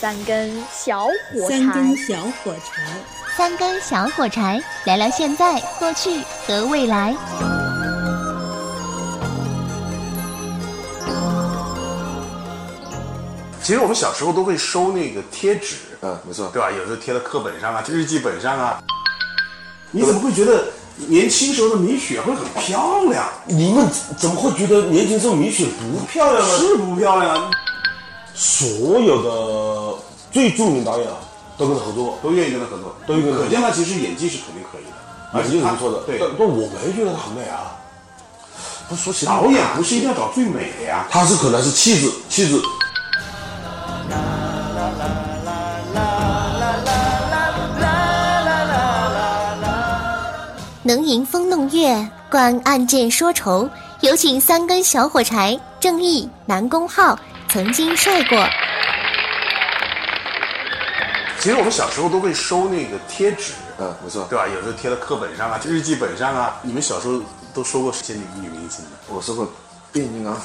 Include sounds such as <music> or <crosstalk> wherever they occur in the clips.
三根小火柴，三根小火柴，三根小火柴，聊聊现在、过去和未来。其实我们小时候都会收那个贴纸，呃嗯，没错。对吧？有时候贴到课本上啊，日记本上啊。你怎么会觉得年轻时候的米雪会很漂亮？你们怎么会觉得年轻时候米雪不漂亮呢？是不漂亮啊，所有的最著名导演啊，都跟他合作过，都愿意跟她合作，都愿意跟她合作可见她其实演技是肯定可以的，啊演技是不错的。对，但但我没觉得她很美啊。不是说起来导演不是一定要找最美啊的呀。他是可能是气质，气质。能迎风弄月，观案件说愁。有请三根小火柴，正义南宫浩曾经帅过。其实我们小时候都会收那个贴纸，嗯，没错。对吧？有时候贴到课本上啊，日记本上啊。你们小时候都收过谁的女明星的？我说过变形金 <laughs> 刚，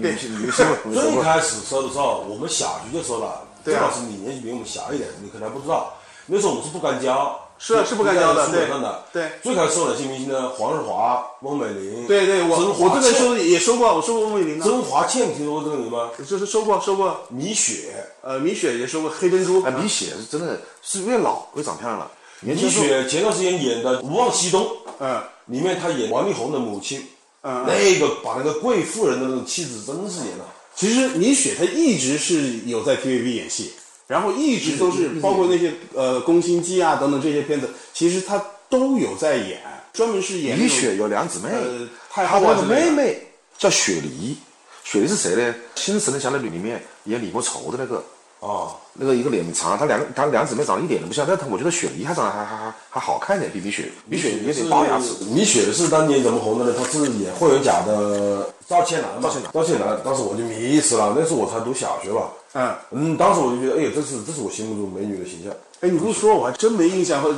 变形明星，我说最过。开始收的时候，我们小学就收了。对啊郑老师，你年纪比我们小一点，你可能还不知道。那时候我们是不干胶，是啊是不干胶的是不干的。对对最开始收哪些明星呢？黄日华、翁美玲。对对，我曾我华这个倩收也收过，我收过啊翁美玲的，曾华倩，你听说过这个人吗？就是收过收过，米雪，呃，米雪也收过黑珍珠，哎，米雪是真的是越老会长漂亮了。年米轻时候雪前段时间演的《无望西东》，嗯，里面她演王力宏的母亲，嗯那个把那个贵妇人的那种气质真是演了。其实米雪她一直是有在 TVB 演戏，然后一直都是包括那些呃《宫心计》啊等等这些片子，其实她都有在演，专门是演那米种雪有两姊妹呃，太她后啊那个之类的妹妹叫雪梨，雪梨是谁呢？《新神力侠侣》里面演李莫愁的那个，哦，那个一个脸长，她两个她两姊妹长得一点都不像，但她我觉得雪梨还长得还还还还好看一点，比米雪米雪有点龅牙齿。米雪是当年怎么红的呢？她是演霍元甲的赵倩兰嘛。赵倩兰赵倩兰，当时我就迷死了，那时候我才读小学吧。嗯，嗯，当时我就觉得，哎呀，这是这是我心目中美女的形象。哎，你不说我还真没印象，好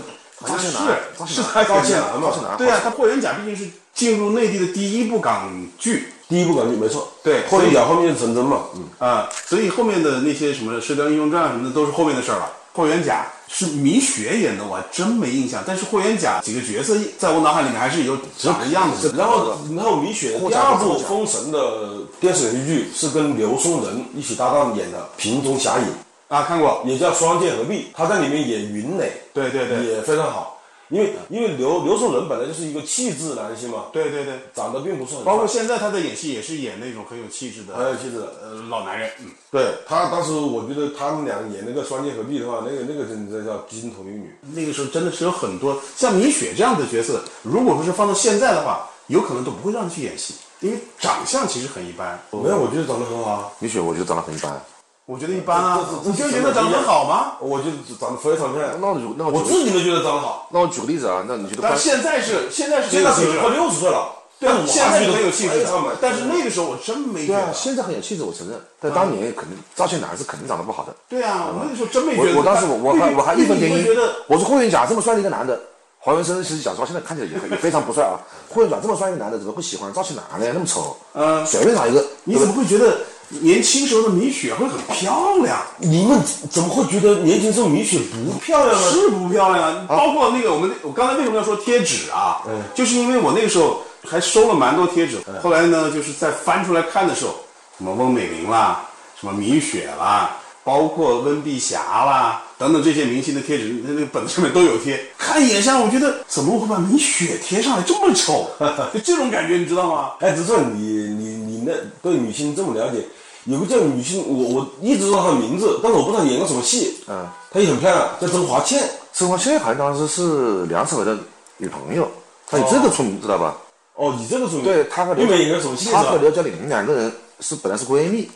像是张是信她南， <laughs> 演张的信南嘛，张信南对啊，她霍元甲毕竟是进入内地的第一部港剧第一部感觉没错，对后一点后面是陈真嘛，嗯，啊、所以后面的那些什么《射雕英雄传》什么的都是后面的事儿了。霍元甲是米雪演的，我还真没印象，但是霍元甲几个角色在我脑海里面还是有长的样子的。然后然后米雪获第奖二部获《奖封神》的电视连续剧是跟刘松仁一起搭档演的《瓶中侠影啊，看过》，，也叫《双剑合璧》，他在里面演云磊，对对对也非常好，因为因为刘刘松仁本来就是一个气质男星嘛，，对对对，长得并不是很帅，包括现在他在演戏也是演那种很有气质的，很有气质的呃老男人。嗯，对他当时我觉得他们俩演那个《双剑合璧》的话，那个那个真的叫金童玉女，那个时候真的是有很多像米雪这样的角色，如果不是放到现在的话，有可能都不会让你去演戏，因为长相其实很一般。没有，我觉得长得很好啊。米雪我觉得长得很一般。我觉得一般啊这这，这你就觉得长得好吗？我觉得长得非常漂亮，那我就那我我举自己都觉得长得好。那我举个例子啊，那你觉得但关是现在是现在是现在可能快很六十岁了，对啊但，我现在还是觉得很有气质非常美的，但是那个时候我真没觉对啊得，。现在很有气质，我承认。但当年肯定赵倩兰是肯定长得不好的。对啊，我那个时候真没觉得。我我当时我我但还我还义愤但填膺是你会觉得，我说霍元甲这么帅的一个男的，黄元生其实讲实话现在看起来也很也非常不帅啊。霍元甲这么帅一个男的，怎么会喜欢赵倩兰啊呢？那么丑，嗯随便找一个。你怎么会觉得年轻时候的米雪会很漂亮？你们怎么会觉得年轻时候米雪不漂亮呢？是不漂亮啊！包括那个我们那我刚才为什么要说贴纸啊？就是因为我那个时候还收了蛮多贴纸，后来呢，就是在翻出来看的时候，什么翁美玲啦，什么米雪啦，包括温碧霞啦等等这些明星的贴纸，那那个本子上面都有贴。看一眼下，我觉得怎么我会把米雪贴上来这么 <laughs> 丑？就这种感觉，你知道吗？哎，只是你你你那对女星这么了解，有个叫女星，我我一直知道她的名字，但是我不知道演过什么戏。嗯，她也很漂亮，叫曾华倩。申花倩好像当时是梁朝伟的女朋友，她以这个出名，知道吧？哦，你这个主意，对，她和你刘们演过什么戏是她和吧？刘嘉玲两个人是本来是闺蜜，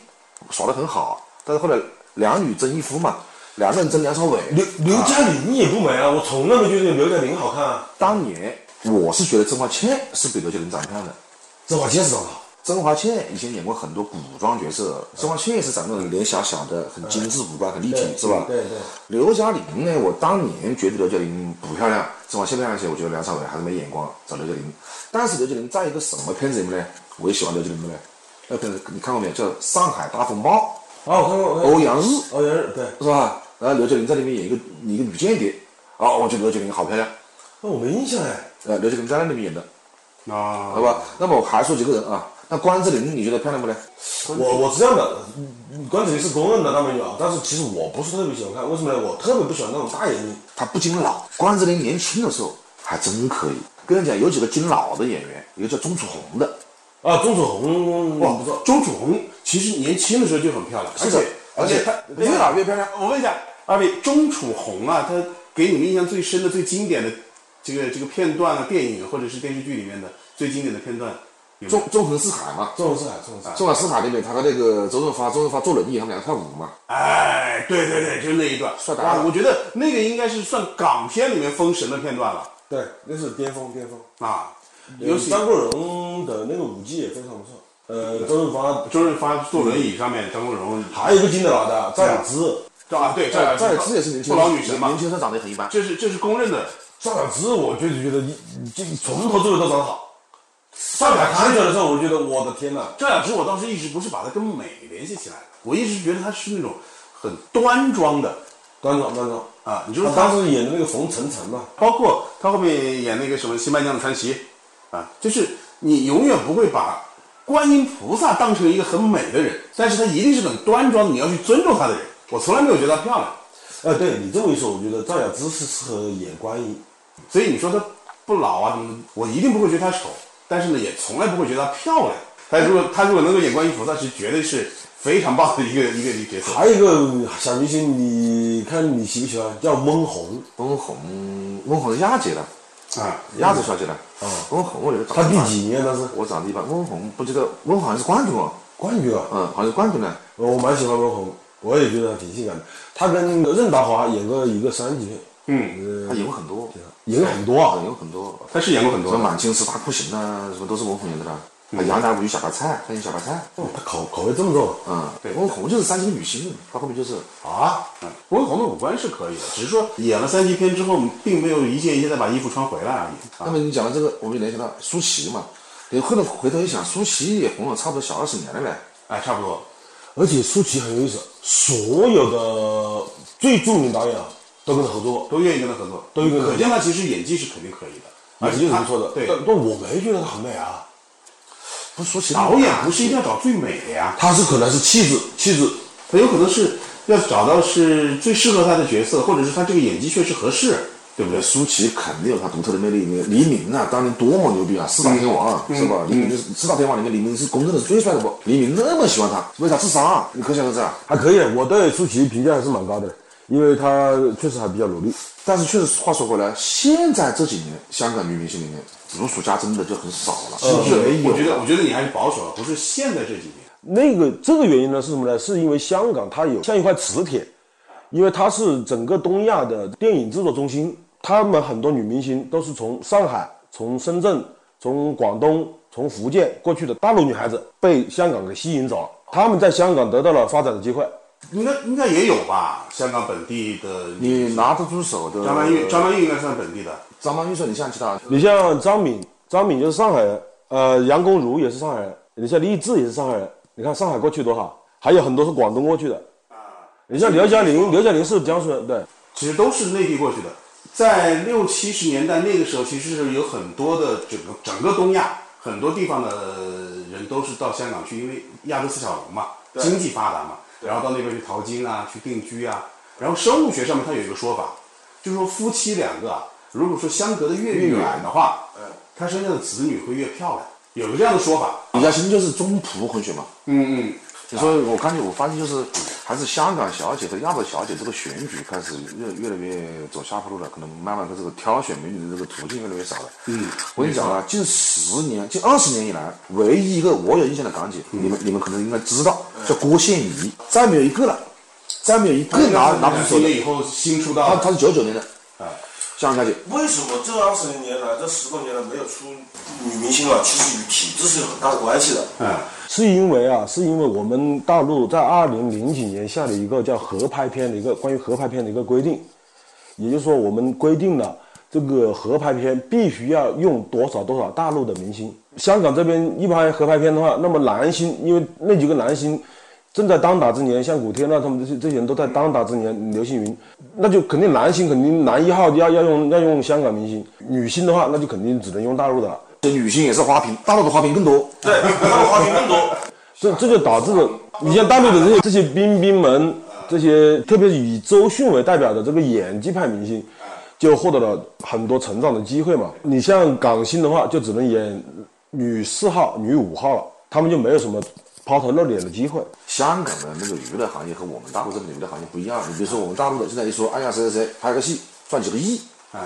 耍得很好，但是后来两女争一夫嘛，两个人争梁朝伟。刘刘嘉玲也不美啊，我从来没觉得刘嘉玲好看啊。当年我是觉得甄华倩是比刘嘉玲长得漂亮的。曾华倩是长得好，甄华倩以前演过很多古装角色，甄华倩也是长得脸小小的，很精致古怪，很立体，对是吧？对对。刘嘉玲呢，我当年觉得刘嘉玲不漂亮，甄华倩漂亮些，我觉得梁朝伟还是没眼光找刘嘉玲。但是刘嘉玲在一个什么片子里面呢？我也喜欢刘嘉玲的呢，那个片子你看过没有？叫《上海大风暴》。啊，我看过，我看过欧阳日欧阳日，对，是吧？然后刘嘉玲在里面演一个一个女间谍，啊，我觉得刘嘉玲好漂亮，那我没印象哎，呃，刘嘉玲在那里面演的，啊，好吧？那么我还说几个人啊，那关之琳你觉得漂亮不呢？我我是这样的，嗯关子怡是公认的大美女啊，但是其实我不是特别喜欢看，为什么呢？我特别不喜欢那种大眼睛，她不经老，关之琳年轻的时候还真可以。跟你讲，有几个经老的演员，一个叫钟楚红的，啊，钟楚红哇不错，，钟楚红其实年轻的时候就很漂亮，而是的且而且她越老越漂亮。我问一下二位，钟楚红啊，她给你们印象最深的、最经典的这个这个片段啊，电影或者是电视剧里面的最经典的片段，有没有纵纵横四海嘛，钟楚是海，钟楚是海，哎纵横四海里面他和那个周润发，周润发坐轮椅，他们两个跳舞嘛。哎，对对对，就是那一段，帅呆哇了我觉得那个应该是算港片里面封神的片段了对，那是巅峰巅峰。啊，尤嗯有其张国荣的那个舞技也非常不错，呃，周润发，周润发坐轮椅上面，张国荣还有一个经典老的赵雅芝，赵啊，对赵雅嗯赵芝赵雅芝也是年轻不人，老女神嘛年，轻的时候长得也很一般。这是这是公认的，赵雅芝，我就觉得一就从头至尾都长得好。上海开车的时候，我觉得我的天呐，赵雅芝，我倒是一直不是把她跟美联系起来的，我一直觉得她是那种很端庄的端庄端庄。啊，你就他是她当时演的那个冯程程嘛，包括她后面演那个什么《新白娘子传奇》，啊，就是你永远不会把观音菩萨当成一个很美的人，但是她一定是很端庄的，你要去尊重她的人。我从来没有觉得她漂亮，呃，对你这么一说，我觉得赵雅芝是适合演观音。所以你说她不老啊什么的，我一定不会觉得她丑，但是呢，也从来不会觉得她漂亮。她如果她如果能够演观音菩萨，是绝对是非常棒的一个一个一个角色。还有一个小明星，你看你喜不喜欢？叫翁虹，翁虹，翁虹是亚姐的，啊，亚子小姐的。嗯翁虹我觉得她长得第一般几年那是我长得一般。翁虹不知道，翁虹好像是冠军哦，冠军啊？嗯，好像是冠军呢。我蛮喜欢翁虹，我也觉得她挺性感的。她跟任达华演过一个三级片，嗯，她演过很多，演过很多啊，啊演。过很多，她是演过很什多么的。满清十大酷刑啊，什么都是翁虹演的啦。嗯还杨乃武与小白菜，她演小白菜。她口口味这么重，啊嗯，对翁虹就是三星女星，她后面就是啊，温虹的五官是可以的，只是说演了三级片之后，并没有一件一件再把衣服穿回来而已。那啊，么你讲到这个，我们就联想到舒淇嘛，你后来回头一想，舒淇也红了差不多小二十年了呗。哎，差不多。而且舒淇很有意思，所有的最著名导演啊都跟她合作过。都愿意跟他合作，都愿意跟他合作啊可见他其实演技是肯定可以的，演技是不错的，而且他但对，但我没觉得她很美啊，不是舒淇导演啊不是一定要找最美的呀，她是可能是气质，气质他有可能是要找到是最适合他的角色，或者是他这个演技确实合适，对不对？舒淇肯定有她独特的魅力。你黎明啊，当年多么牛逼啊，嗯四大天王啊，是吧？黎明就是四大天王里面，黎明是公认的最帅的不？黎明那么喜欢她，为啥自杀、啊？你可想而知啊。还可以，我对舒淇评价还是蛮高的，因为她确实还比较努力。但是确实，话说回来，现在这几年香港女明星里面，如数家珍的就很少了，嗯是不是？没有我觉得，我觉得你还是保守了，不是现在这几年。那个这个原因呢是什么呢？是因为香港它有像一块磁铁，因为它是整个东亚的电影制作中心，他们很多女明星都是从上海、从深圳、从广东、从福建过去的大陆女孩子被香港给吸引走了，她们在香港得到了发展的机会。应该应该也有吧，香港本地的你拿得出手的张曼玉，张曼玉应该算本地的，张曼玉说你像其他你像张敏，张敏就是上海人，呃，杨恭如也是上海人，你像李志也是上海人，你看上海过去多好，还有很多是广东过去的。啊你像刘嘉玲，刘嘉玲是江苏人，对，其实都是内地过去的。在六七十年代那个时候，其实是有很多的整个整个东亚很多地方的人都是到香港去，因为亚洲四小龙嘛，经济发达嘛，然后到那边去淘金啊，去定居啊。然后生物学上面它有一个说法，就是说夫妻两个啊，如果说相隔的越远的话，他生下的子女会越漂亮，有个这样的说法。李嘉欣就是中葡混血嘛。嗯嗯，你说我看见，我发现就是还是香港小姐和亚洲小姐这个选举开始越越来越走下坡路了，可能慢慢的这个挑选美女的这个途径越来越少了。嗯，我跟你讲啊，近十年、近二十年以来，唯一一个我有印象的港姐，嗯你们你们可能应该知道，叫郭羡怡，再没有一个了，再没有一个拿拿不出手了的。啊以后新出道她的，她是九九年的，哎香港小姐，为什么这二十年来，这十多年来没有出女明星啊？其实与体制是有很大的关系的。嗯，是因为啊，是因为我们大陆在二零零几年下了一个叫合拍片的一个关于合拍片的一个规定，也就是说我们规定了这个合拍片必须要用多少多少大陆的明星。香港这边一拍合拍片的话，那么男星因为那几个男星正在当打之年，像古天乐他们这些这些人都在当打之年，刘青云，那就肯定男星肯定男一号要要用要用香港明星，女星的话那就肯定只能用大陆的了。这女性也是花瓶，大陆的花瓶更多。对，他们花瓶更多。这这就导致了你像大陆的这些这些兵兵们，这些特别是以周迅为代表的这个演技派明星，就获得了很多成长的机会嘛。你像港星的话，就只能演女四号、女五号了，他们就没有什么抛头露脸的机会。香港的那个娱乐行业和我们大陆这边的娱乐行业不一样。你比如说我们大陆的现在一说，哎呀谁谁谁拍个戏赚几个亿，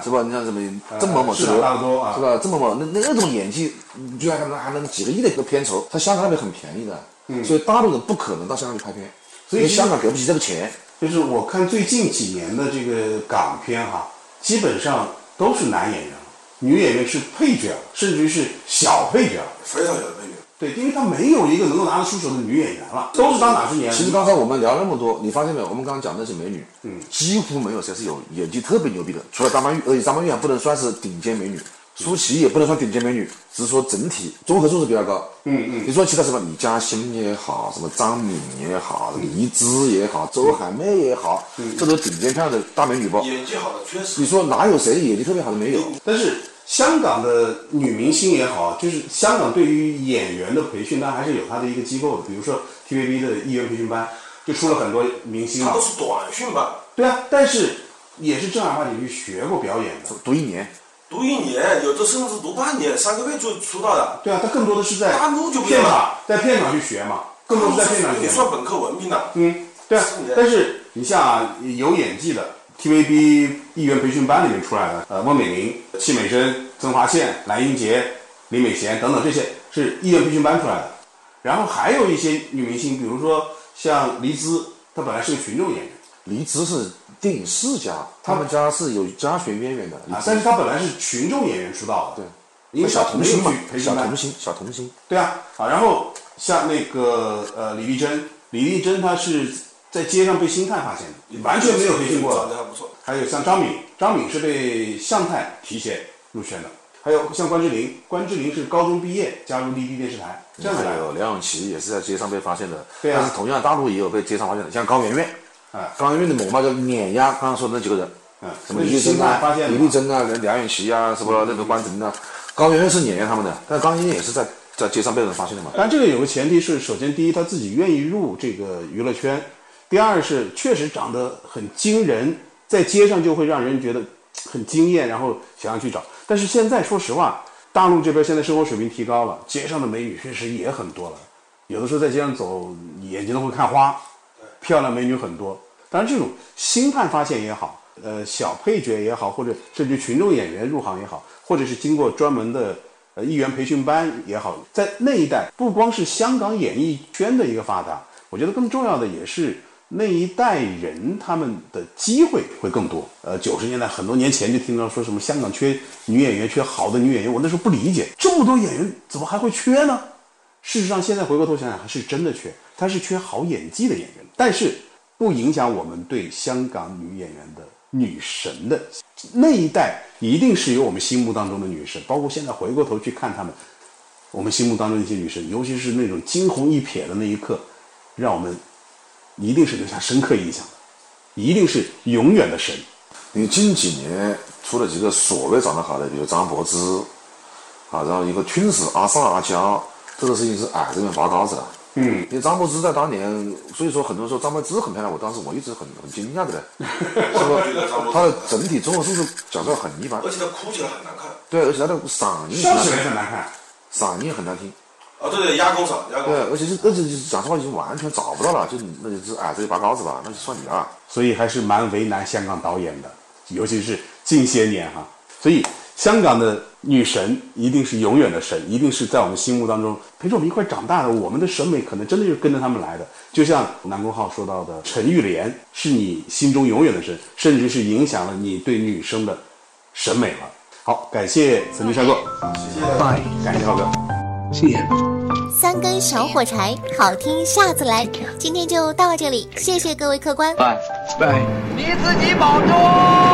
是吧？你像什么郑某某市是场大啊多啊吧？是吧？郑某某那那那种演技，你居然还能还能几个亿的一个片酬，他香港那边很便宜的，所以大陆人不可能到香港去拍片，嗯所以因为其实香港给不起这个钱。就是我看最近几年的这个港片哈，基本上都是男演员，女演员是配角，甚至于是小配角。非常有配角。对，因为他没有一个能够拿得出手的女演员了，都是当打之年。其实刚才我们聊那么多，你发现没有？我们刚刚讲那些美女，嗯，几乎没有谁是有演技特别牛逼的，除了张曼玉，而且张曼玉还不能算是顶尖美女，嗯舒淇也不能算顶尖美女，只是说整体综合素质比较高。嗯嗯。你说其他什么李嘉欣也好，什么张敏也好，黎姿也嗯好，周海媚也好，这都顶尖漂亮的大美女不？嗯演技好的确实你说哪有谁演技特别好的没有？但是香港的女明星也好，就是香港对于演员的培训，它还是有它的一个机构的，比如说 TVB 的艺员培训班，就出了很多明星他嘛都。是短训班，对啊，但是也是正儿八经去学过表演的。读一年，读一年，有的甚至读半年、三个月就出道了。对啊，他更多的是在大陆就不一片样了场，在片场去学嘛，更多是在片场你学嘛。算本科文凭了，嗯，对啊是的。但是你像啊有演技的 TVB 艺员培训班里面出来的，呃，翁美玲、戚美珍、曾华倩、蓝英杰、李美贤等等，这些是艺员培训班出来的。然后还有一些女明星，比如说像黎姿，她本来是个群众演员黎姿是电影世家，他们家是有家学渊源的。嗯啊，但是她本来是群众演员出道的，对，因为小她童没有星嘛去，培小训班童，星，小童星。对啊，啊，然后像那个呃李丽珍，李丽珍她是在街上被星探发现的，完全没有培训过长得还不错。还有像张敏，张敏是被向太提携入圈的，还有像关之琳，关之琳是高中毕业加入丽的电视台，这样子来还的有。梁咏琪也是在街上被发现的，对啊但是同样大陆也有被街上发现的，像高圆圆，哎高圆圆的猛嘛就碾压刚刚说的那几个人，嗯什么李丽那是珍新啊派发现、嗯的李丽珍啊、梁梁咏琪啊，什么那个关之琳啊，高圆圆是碾压他们的，但高圆圆也是在在街上被人发现的嘛。但这个有个前提是，首先第一他自己愿意入这个娱乐圈，第二是确实长得很惊人，在街上就会让人觉得很惊艳，然后想要去找。但是现在说实话，大陆这边现在生活水平提高了，街上的美女确实也很多了，有的时候在街上走，眼睛都会看花，漂亮美女很多。当然，这种星探发现也好，呃，小配角也好，或者甚至群众演员入行也好，或者是经过专门的呃艺员培训班也好，在那一代不光是香港演艺圈的一个发达，我觉得更重要的也是那一代人他们的机会会更多。呃，九十年代很多年前就听到说什么香港缺女演员，缺好的女演员，我那时候不理解，这么多演员怎么还会缺呢？事实上，现在回过头想想，还是真的缺，他是缺好演技的演员，但是不影响我们对香港女演员的女神的那一代，一定是有我们心目当中的女神，包括现在回过头去看她们，我们心目当中的一些女神，尤其是那种惊鸿一瞥的那一刻，让我们一定是留下深刻印象的，一定是永远的神。你近几年出了几个所谓长得好的，比如张柏芝，啊，然后一个 Twins 阿尚阿娇，这个事情是矮这边拔高子。嗯，因为张柏芝在当年，所以说很多人说张柏芝很漂亮，我当时我一直很很惊讶的嘞， <laughs> 是觉得张柏芝吧？她的整体综合素质讲出来很一般而，且他哭起来很难看。对，而且她的嗓音笑很起难来很难看，嗓音很难听，啊，对对，压工厂，压工对厂。，而且是而且是讲实话已经完全找不到了，就你那就是矮这边拔高子吧，那就算你了。所以还是蛮为难香港导演的，尤其是近些年哈。所以香港的女神一定是永远的神，一定是在我们心目当中陪着我们一块长大的。我们的审美可能真的就是跟着他们来的。就像南宫浩说到的，陈玉莲是你心中永远的神，甚至是影响了你对女生的审美了。好，感谢曾经帅哥， by 感谢浩哥。 CM。三根小火柴，好听下次来。今天就到这里，谢谢各位客官。 by by。你自己保重。